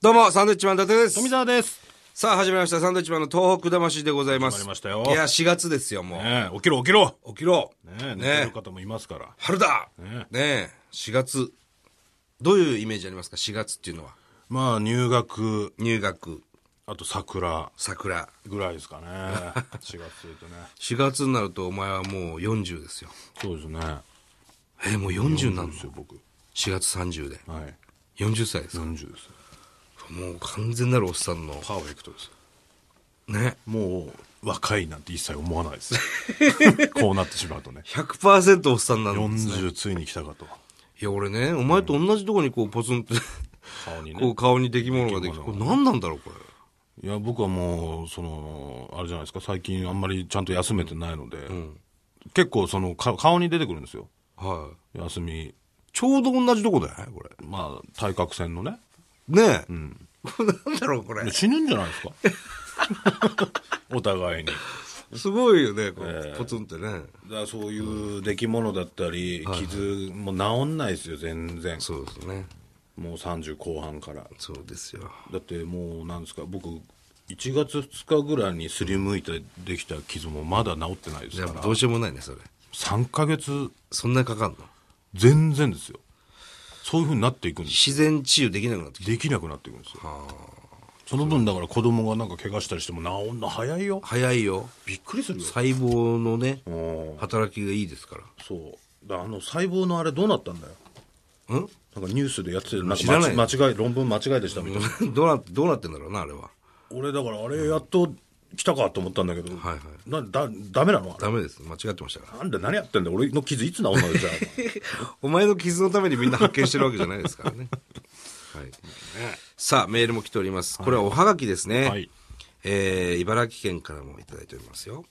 どうも、サンドウィッチマン伊達です。富澤です。さあ、始まりました。サンドウィッチマンの東北魂でございます。始まりましたよいや、4月ですよ、もう。ねえ、起きろ起きろ。起きろ。ねえ、寝てる方もいますから。春だねねえ、4月。どういうイメージありますか ?4 月っていうのは。まあ、入学、入学、あと桜桜。ぐらい ですかね。4月というとね。 4月になるとお前はもう40ですよ。そうですね。えもう40なそんのうですよ、僕。 ?4 月30で。はい。 40歳ですか、 40です。もう完全なるおっさんの。パーフェクトです。ね。もう、若いなんて一切思わない です。こうなってしまうとね。 100%おっさんなんですね。 40ついに来たかと。いや、俺ね、お前と同じとこにこうポツンと、顔に こうね。顔に出来物ができて、これ何なんだろう、これ。いや、僕はもう、その、あれじゃないですか、最近あんまりちゃんと休めてないので、結構、その、か顔に出てくるんですよ。はい。休み。ちょうど同じとこだよね、これ。まあ、対角線のね。ねえ。これなんだ ろう、これ。死ぬんじゃないですか お互いに。すごいよね、こうポツンってね。だからそういう出来物だったり、傷も治んないですよ、全然。そうですね。もう30後半から。そうですよ。だってもう、なんですか、僕、1月2日ぐらいにすりむいてできた傷もまだ治ってないでじすゃかあ、らど、うしようもないね、それ。 3ヶ月、そんなにかかんの全然ですよ。そういうふうになっていくんです。自然治癒できなくなってきできなくなっていくんですよ。その分、だから子供がなんか怪我したりしても治んの早いよた。。早いよ。びっくりするよ。細胞のね、うん働きがいいですから。 そうだあの細胞のあれどうなったんだよんなんかニュースでやってたよなんか知らない間違間違い論文間違いでしたみたいなどうなって、どうなってんだろうな、あれは。俺だからあれやっと来たかと思ったんだけど、はいはいなだダメなのあダメです。間違ってましたから。れなんで何やってんだよ俺の傷いつ治んのよじゃお前の傷のためにみんな発見してるわけじゃないですから ね。はい。さあ、メールも来ております。これはおはがきですね。はいえー、茨城県からもいただいておりますよ。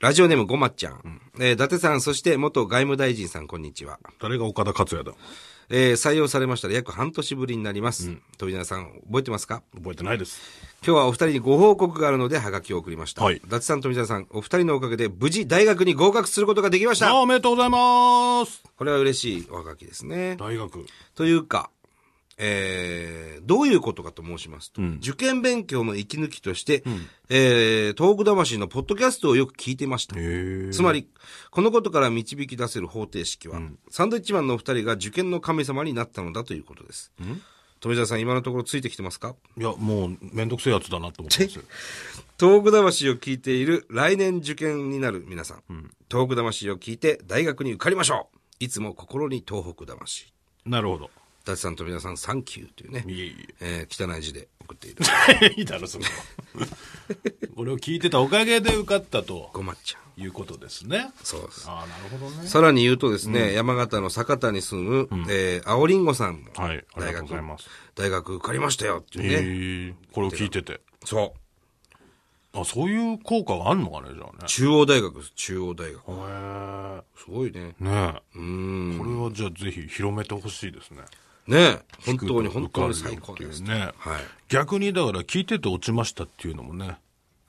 ラジオネームごまっちゃん。えー、伊達さん、そして元外務大臣さん、こんにちは。あ 誰が岡田克也だえー、採用されましたら約半年ぶりになります。富永さん、覚えてますか覚えてないです今日はお二人にご報告があるので、はがきを送りました。はい伊達さん、富澤さん、お二人のおかげで無事大学に合格することができましあた。おめでとうございますこれは嬉しいおはがきですね。大学というか、えーどういうことかと申しますと、受験勉強の息抜きとして、えー、東北魂のポッドキャストをよく聞いてました。へえつまり、このことから導き出せる方程式は、サンドイッチマンのお二人が受験の神様になったのだということです。富澤さん、今のところついてきてますかいやもう面倒くせえやつだなと思ってますよ東北魂を聞いている来年受験になる皆さん、東北魂を聞いて大学に受かりましょういつも心に東北魂。なるほど伊達さん、富澤さん、サンキューというね。いえいえー汚い字で送っている。え いいだろそれはこれを聞いてたおかげで受かったとごまっちゃん。いうことですねそうです。ああなるほどねさらに言うとですね、山形の酒田に住む、えー青りんごさんも、はいあり大がとう学ございます大学受かりましたよっていうへえね。これを聞いててそう。あそういう効果があるのかねじゃ中央大学です、中央大学。あねすごいね。へえねえうん。これはじゃあぜひ広めてほしいですねねえ本当に本聞くと当に受かる最よ高っていでうす。ねはい。逆にだから聞いてて落ちましたっていうのもね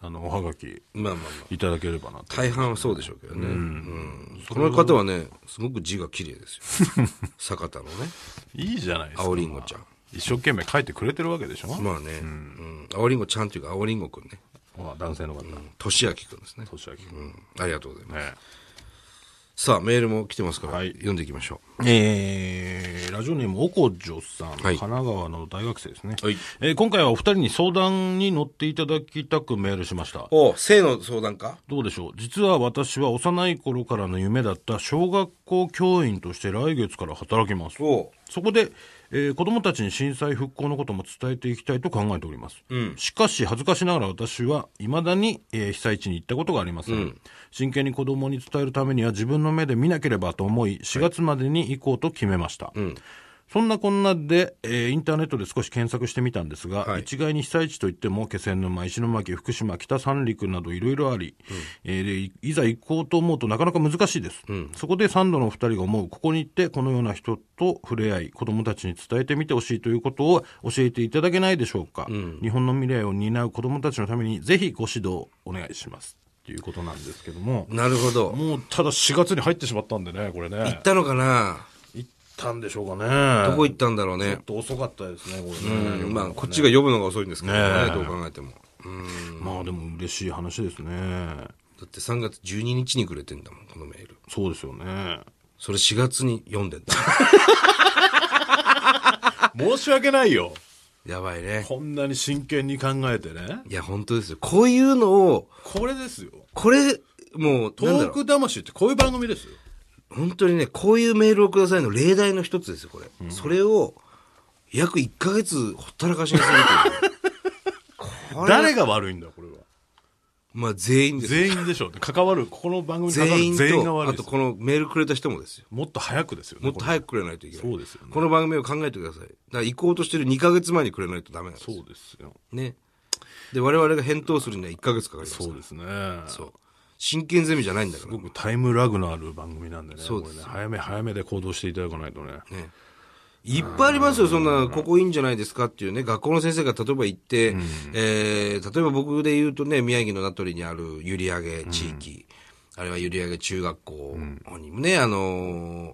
あのおはがきまあまあまあ。いただければなと大半はそうでしょうけどね。うん。この方はね、すごく字が綺麗ですよ。酒田のね、いいじゃないですか青りんごちゃん。一生懸命書いてくれてるわけでしょ、まあね、うん。青りんごちゃんというか青りんごくんね。まあ、男性の方、俊明くんですね。年明け、うねん。ありがとうございます。さあ、メールも来てますから、はい読んでいきましょえーラジオネームおこじょさん、はい神奈川の大学生ですね、はいえー今回はお二人に相談に乗っていただきたくメールしましたう。お性の相談かどうでしょう実は私は幼い頃からの夢だった小学校教員として来月から働きますおそこで、えー子供たちに震災復興のことも伝えていきたいと考えております、しかし恥ずかしながら私はいまだに、えー被災地に行ったことがありません、真剣に子供に伝えるためには自分の目で見なければと思い4月までに行こうと決めました、そんなこんなで、えーインターネットで少し検索してみたんですが、はい一概に被災地といっても気仙沼石巻福島北三陸などいろいろあり、えーでいざ行こうと思うとなかなか難しいです、そこでサンドのお二人が思うここに行ってこのような人と触れ合い子どもたちに伝えてみてほしいということを教えていただけないでしょうか、日本の未来を担う子どもたちのためにぜひご指導お願いしますということなんですけどもなるほど。もうただ4月に入ってしまったんでねこれね行ったのかな行っったんでしょうかね。どこ行ったんだろうねちょっ。と遅かったですね、こうれね。ん、まあ、こっちが読むのが遅いんですけどね、ねえどう考えても。うん。まあでも嬉しい話ですね。だって3月12日にくれてんだもん、このメール。そうですよね。それ4月に読んでんだ。申し訳ないよ。やばいね。こんなに真剣に考えてね。いや、本当ですよ。こういうのを、これですよ。これ、もう、トなんだーろう。ク魂ってこういう番組ですよ。本当にね、こういうメールをくださいの例題の一つですよ、これ。それを、約1ヶ月ほったらかしにするというこれ誰が悪いんだ、これは。まあ、全員ですよ。全員でしょうね。関わる、ここの番組に関わる全員全員がと、悪いあでとすよ。このメールくれた人もですよ。もっと早くですよね。もっと早くくれないといけない。そうですよねこの番組を考えてください。だから行こうとしてる2ヶ月前にくれないとダメなんです。そうですよ。ね。で、我々が返答するには1ヶ月かかりますからそうですね。そう。真剣ゼミじゃないんだかすら。ごくタイムラグのある番組なんでね。そうですこれね早め早めで行動していただかないとね。ね。いっぱいありますよ、そんな、ここいいんじゃないですかっていうね、学校の先生が例えば行って、えー、例えば僕で言うとね、宮城の名取にある閖上地域、あれは閖上中学校にもね、あのー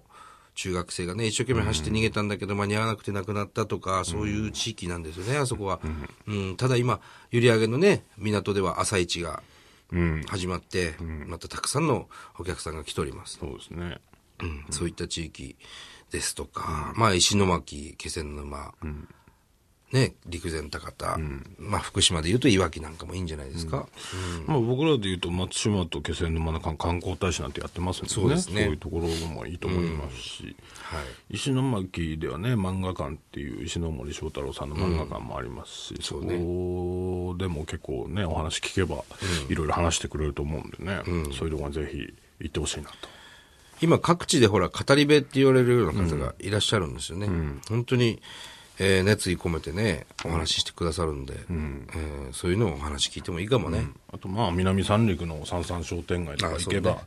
中学生がね、一生懸命走って逃げたんだけど、間に合わなくて亡くなったとか、そういう地域なんですよね、あそこは。うん、ただ今、閖上のね、港では朝市がうん。始まって、またたくさんのお客さんが来ております。そうですね。うん、そういった地域ですとか、まあ、石巻、気仙沼、ね、陸前高田、まあ、福島で言うといわきなんかもいいんじゃないですか。まあ僕らで言うと松島と気仙沼の観観光大使なんてやってますんでね。そうですねそういうところもいいと思いますし。はい。石巻ではね漫画館っていう石ノ森章太郎さんの漫画館もありますし、そそうねこでも結構ねお話聞けばいろいろ話してくれると思うんでね、そういうところにぜひ行ってほしいなと今、各地でほら、語り部って言われるような方がいらっしゃるんですよね。本当に、えー熱意込めてね、お話ししてくださるんで、えーそういうのをお話聞いてもいいかもね。あとまあ南三陸の三三商店街とかあ行そうねけば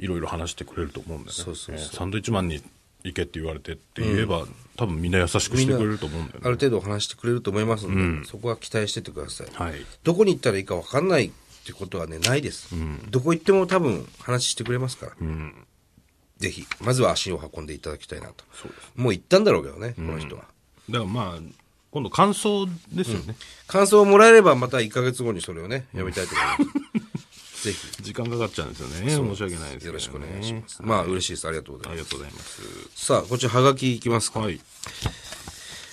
いろいろ話してくれると思うんでねそうそうそうえーサンドイッチマンに行けって言われてって言えば、多分みんな優しくしてくれると思うんだあるよね程度お話してくれると思いますので、そこは期待しててください。はいどこに行ったらいいか分かんないってことはね、ないです。どこ行っても多分話してくれますから。ぜひ、まずは足を運んでいただきたいなと。もう行ったんだろうけどね、この人は。だからまあ今度感想ですよね、感想をもらえればまた1ヶ月後にそれをね、やみたいと思います。 ぜひ、時間かかっちゃうんですよね申し訳ないですけどねよろしくお願いします。まあ、嬉しいです。ありがとうござあいりまがす。とうございますさあ、こっちはがきいきますか。はい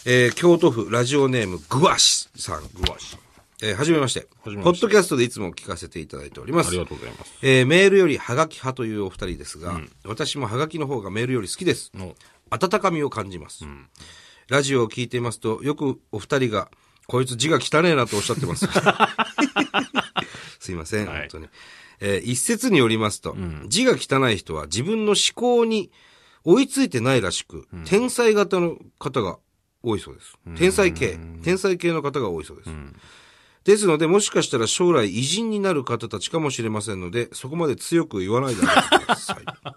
えー京都府ラジオネームグワシさん。うわしえーはじめまして。はじめましてポッドキャストでいつも聞かせていただいております。ありがとうございます。えーメールよりハガキ派というお二人ですが、私もハガキの方がメールより好きです。の温かみを感じます。ラジオを聞いていますと、よくお二人が、こいつ字が汚ねえなとおっしゃって ます。すいません、はい本当に。えー一説によりますと、字が汚い人は自分の思考に追いついてないらしく、天才型の方が多いそうです。天才系、天才系の方が多いそうです。ですので、もしかしたら将来偉人になる方たちかもしれませんので、そこまで強く言わないであげてください。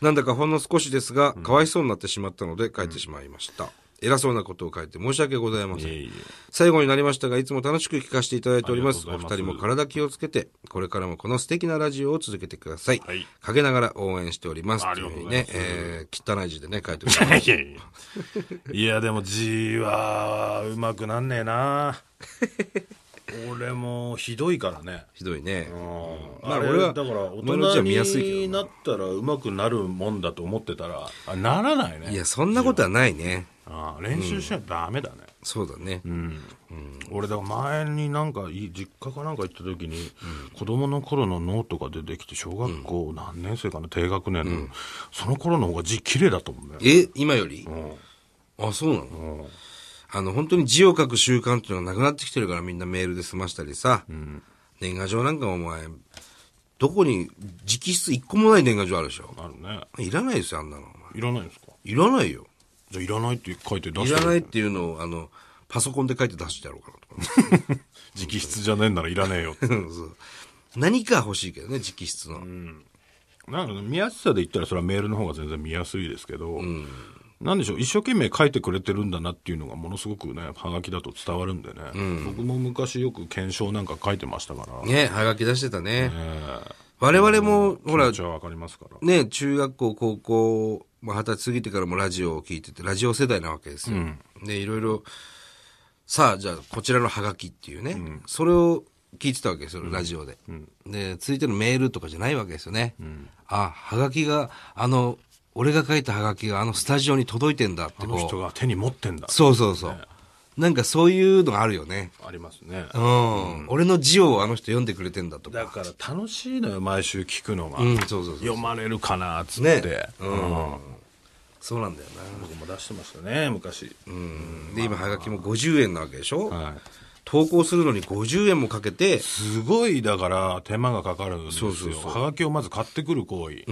なんだかほんの少しですが、かわいそうになってしまったので書いてしまいました。偉そうなことを書いて申し訳ございません。いえいえ最後になりましたが、いつも楽しく聞かせていただいております。あおりがとうご二ざい人ますも体気をつけて、これからもこの素敵なラジオを続けてください。はい陰ながら応援しております。ありがとうございますというふうにね、えー、汚い字でね、書いてください。いや いやいやでも字はうまくなんねえな俺もひどいからねひどいね。まああれ俺はだから大お前の字人は見やすいけどなになったらうまくなるもんだと思ってたらあならないねいや、そんなことはないね。ああ練習しないとダメだね、そうだね。俺だから前になんかい実家かなんか行った時に、子供の頃のノートが出てきて小学校何年生かな低学年の、その頃の方が字綺麗だと思うねえ、今よりうんあ、そうなの、あの、本当に字を書く習慣っていうのがなくなってきてるからみんなメールで済ましたりさ。年賀状なんかもお前、どこに、直筆一個もない年賀状あるでしょ。あるねいらないですよ、あんなの。お前いらないんですかいらないよ。じゃあいらないって書いて出いしてらるないっていうのを、あの、パソコンで書いて出してやろうかなと直筆じゃねえんならいらねえよって かうん そう。何か欲しいけどね、直筆の。なんかね見やすさで言ったらそれはメールの方が全然見やすいですけど、なんでしょう一生懸命書いてくれてるんだなっていうのがものすごくねはがきだと伝わるんでね、僕も昔よく検証なんか書いてましたから、ね、はがき出してたね。ええ我々も、ほら気持、ちはわかりますから。ね、中学校、高校、まあ、二十歳過ぎてからもラジオを聞いてて、ラジオ世代なわけですよ。で、いろいろ、さあ、じゃあ、こちらのハガキっていうね、それを聞いてたわけですよ、ラジオで。で、続いてのメールとかじゃないわけですよね。あ、ハガキが、あの、俺が書いたハガキがあのスタジオに届いてんだってあこのう。人が手に持ってんだ。そうそうそう。なんかそういうのがあるよね。ありますね。うん。俺の字をあの人読んでくれてんだとか。だから楽しいのよ、毎週聞くのが。うん、そうそうそう。読まれるかな、つっねて。ううんんそうなんだよな。僕も出してましたね、昔。で、今、はがきも50円なわけでしょ、はい投稿するのに50円もかけて、すごいだから手間がかかるんですよ。そうそうそうはがきをまず買ってくる行為、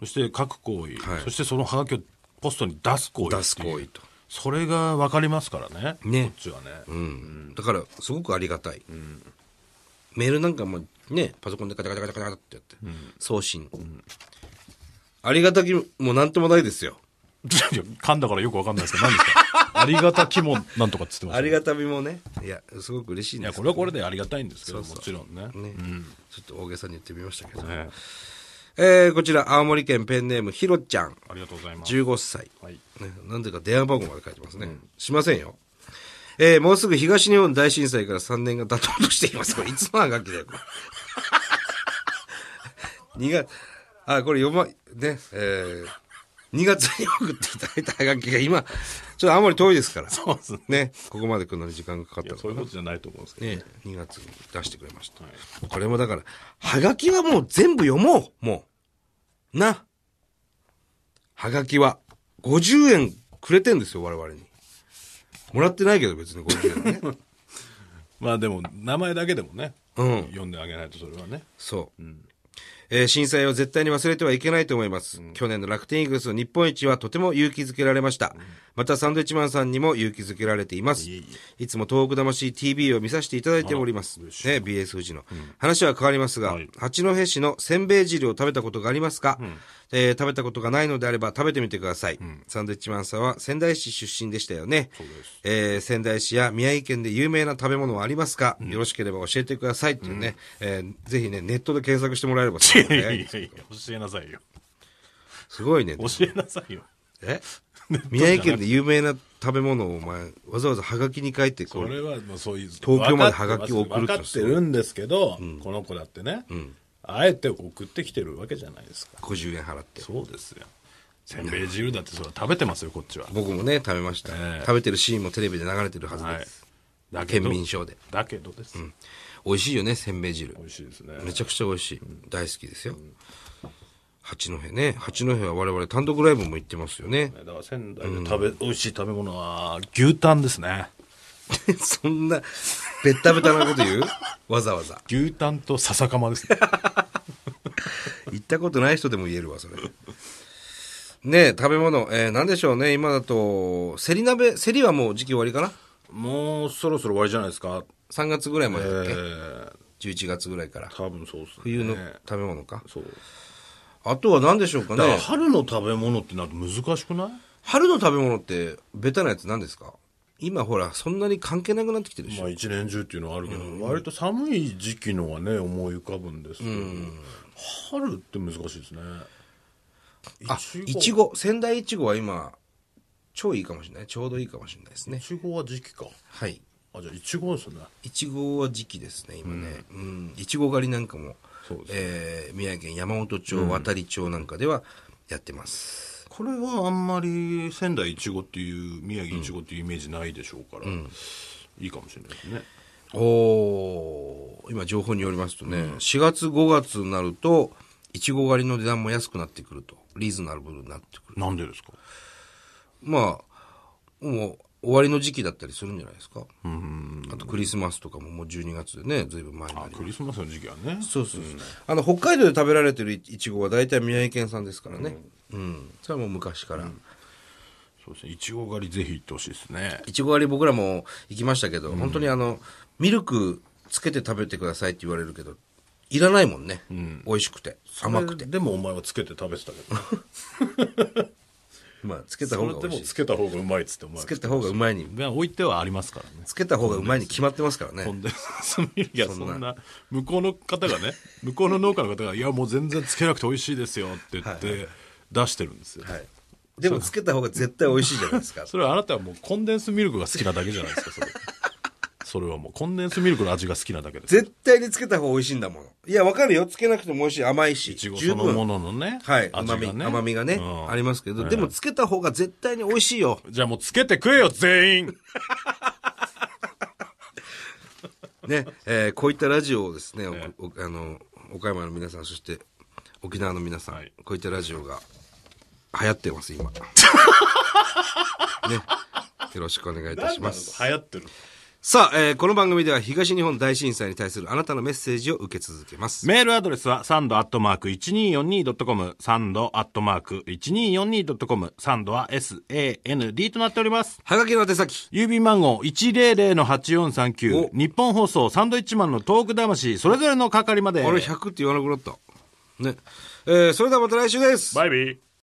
そして書く行為、はいそしてそのはがきをポストに出す行為っていう出す行為と。それが分かりますからね。ねこっちはね。うん。だから、すごくありがたい。メールなんかもね、パソコンでカタカタカタカタってやって、送信。ありがたきもなんともないですよ。いや噛んだからよく分かんないですけど、何ですかありがたきもなんとかっつってましあたね、りがたみもね、いや、すごく嬉しいんいでや、すけこどれはこれでありがたいんですけど、もちろんね。ね、ちょっと大げさに言ってみましたけど。ねえー、こちら、青森県ペンネーム、ひろちゃん、ありがとうございます。 15歳。はい。ね、なんでか電話番号まで書いてますね。しませんよ。えー、もうすぐ東日本大震災から3年が経とうとしています。これ、いつのはがきだよ、これ。2月、あ、これ読ま、ね、えー、2月に送っていただいたはがきが今、ちょっとあんまり遠いですから。そうですね。ね、ここまで来るのに時間がかかっいたや、のそういうことじゃないと思うんですけど。ね、2月に出してくれました。はいこれもだから、はがきはもう全部読もう、もう。な。はがきは、50円くれてんですよ、我々に。もらってないけど、別に50円ね。まあでも、名前だけでもね、うん。読んであげないとそれはね。そう。えー震災を絶対に忘れてはいけないと思います。去年の楽天イーグルスの日本一はとても勇気づけられました。またサンドウィッチマンさんにも勇気づけられています。いえいいつも東北魂 TV を見させていただいております。ね、あら嬉し BS 富士の。話は変わりますが、はい八戸市のせんべい汁を食べたことがありますか、えー食べたことがないのであれば食べてみてください。サンドウィッチマンさんは仙台市出身でしたよね。えー仙台市や宮城県で有名な食べ物はありますか、よろしければ教えてください。っていうね、えーぜひね、ネットで検索してもらえれば、いやいやいや、教えなさいよ。すごいね。教えなさいよ。え宮城県で有名な食べ物をお前、わざわざハガキに書いて、ここれ。れはもうそういう東京までハガキを送る分かとってるんですけど、この子だってね、あえて送ってきてるわけじゃないですか50円払って。そうですよせんべい汁だってそれは食べてますよこっちは、僕もね、食べました、ええ食べてるシーンもテレビで流れてるはずはいです。だ県民賞で。だけどです、美味しいよね、せんべい汁美。味しいですねめちゃくちゃ美味しい。大好きですよ。八戸ね。八戸は我々単独ライブも行ってますよね。だから仙台で食べ、美味しい食べ物は牛タンですね そんな、べったべたなこと言うわざわざ。牛タンと笹かまですね行ったことない人でも言えるわ、それ。ねえ、食べ物、えー、何でしょうね。今だと、せり鍋、せりはもう時期終わりかなもうそろそろ終わりじゃないですか ?3 月ぐらいまえでだっけ、ー、 ?11 月ぐらいから。多分そうですね冬の食べ物か。そうあとは何でしょうかだからね。春の食べ物ってなると難しくない春の食べ物って、ベタなやつ何ですか今ほら、そんなに関係なくなってきてるでしょ。まあ一年中っていうのはあるけど、割と寒い時期のはね思い浮かぶんですけど、春って難しいですねあ、いちごご。仙台いちごは今、超いいかもしれない。ちょうどいいかもしれないですいね。ちごは時期かはい。あじゃあいちごですねいちごは時期ですね、今ね。うん。いちご狩りなんかも、そうですえー宮城県山本町、渡里町なんかではやってます。これはあんまり仙台いちごっていう宮城いちごっていうイメージないでしょうから、いいかもしれないですねおー今情報によりますとね、4月5月になると、いちご狩りの値段も安くなってくると。リーズナブルになってくる。なんでですかまあ、もう終わりの時期だったりするんじゃないですか。うんあとクリスマスとかももう12月でね、ずいぶん前になありクリスマスの時期はねそうそうそう、あの、北海道で食べられてるいいちごは大体宮城県産ですからね。うん。それはもう昔から。そうですねいちご狩りぜひ行ってほしいですねいちご狩り僕らも行きましたけど、本当にあの、ミルクつけて食べてくださいって言われるけど、いらないもんね。美味しくて、甘くて。でもお前はつけて食べてたけどまあ、つけたそ方れがで美味もしいでつす。けた方がうまいっつってもつけた方がうまいに、まあ置いてはありますからねつけた方がうまいに決まってますからねコ。ンデンスミルクいやそそんなんな向こうの方 がね向こうの農家の方が「いやもう全然つけなくて美味しいですよ」って言っはいて出してるんですよ、はい。でも、つけた方が絶対美味しいじゃないですか。それはあなたはもうコンデンスミルクが好きなだけじゃないですかそれ それはもうコンデンスミルクの味が好きなだけです絶対につけた方が美味しいんだもの。いや、わかるよ。つけなくても美味しい。甘いし。いちご十そのも分。ののねはい。味甘み、がね甘みがね、うんありますけど、でもつけた方が絶対に美味しいよ。じゃあもうつけて食えよ 全員ね、えーこういったラジオをですね、おおあの、岡山の皆さん、そして沖縄の皆さん、はいこういったラジオが流行ってます、 今。ね。よろしくお願いいたします。流行ってるさあ、えーこの番組では東日本大震災に対するあなたのメッセージを受け続けます。メールアドレスはサンドアットマーク 1242.com サンドアットマーク 1242.com サンドは SAND となっておりますはがきの宛先。郵便番号お100-8439日本放送サンドイッチマンのトーク魂それぞれの係まであれ、100って言わなくなった。ね。えーそれではまた来週です。バイビー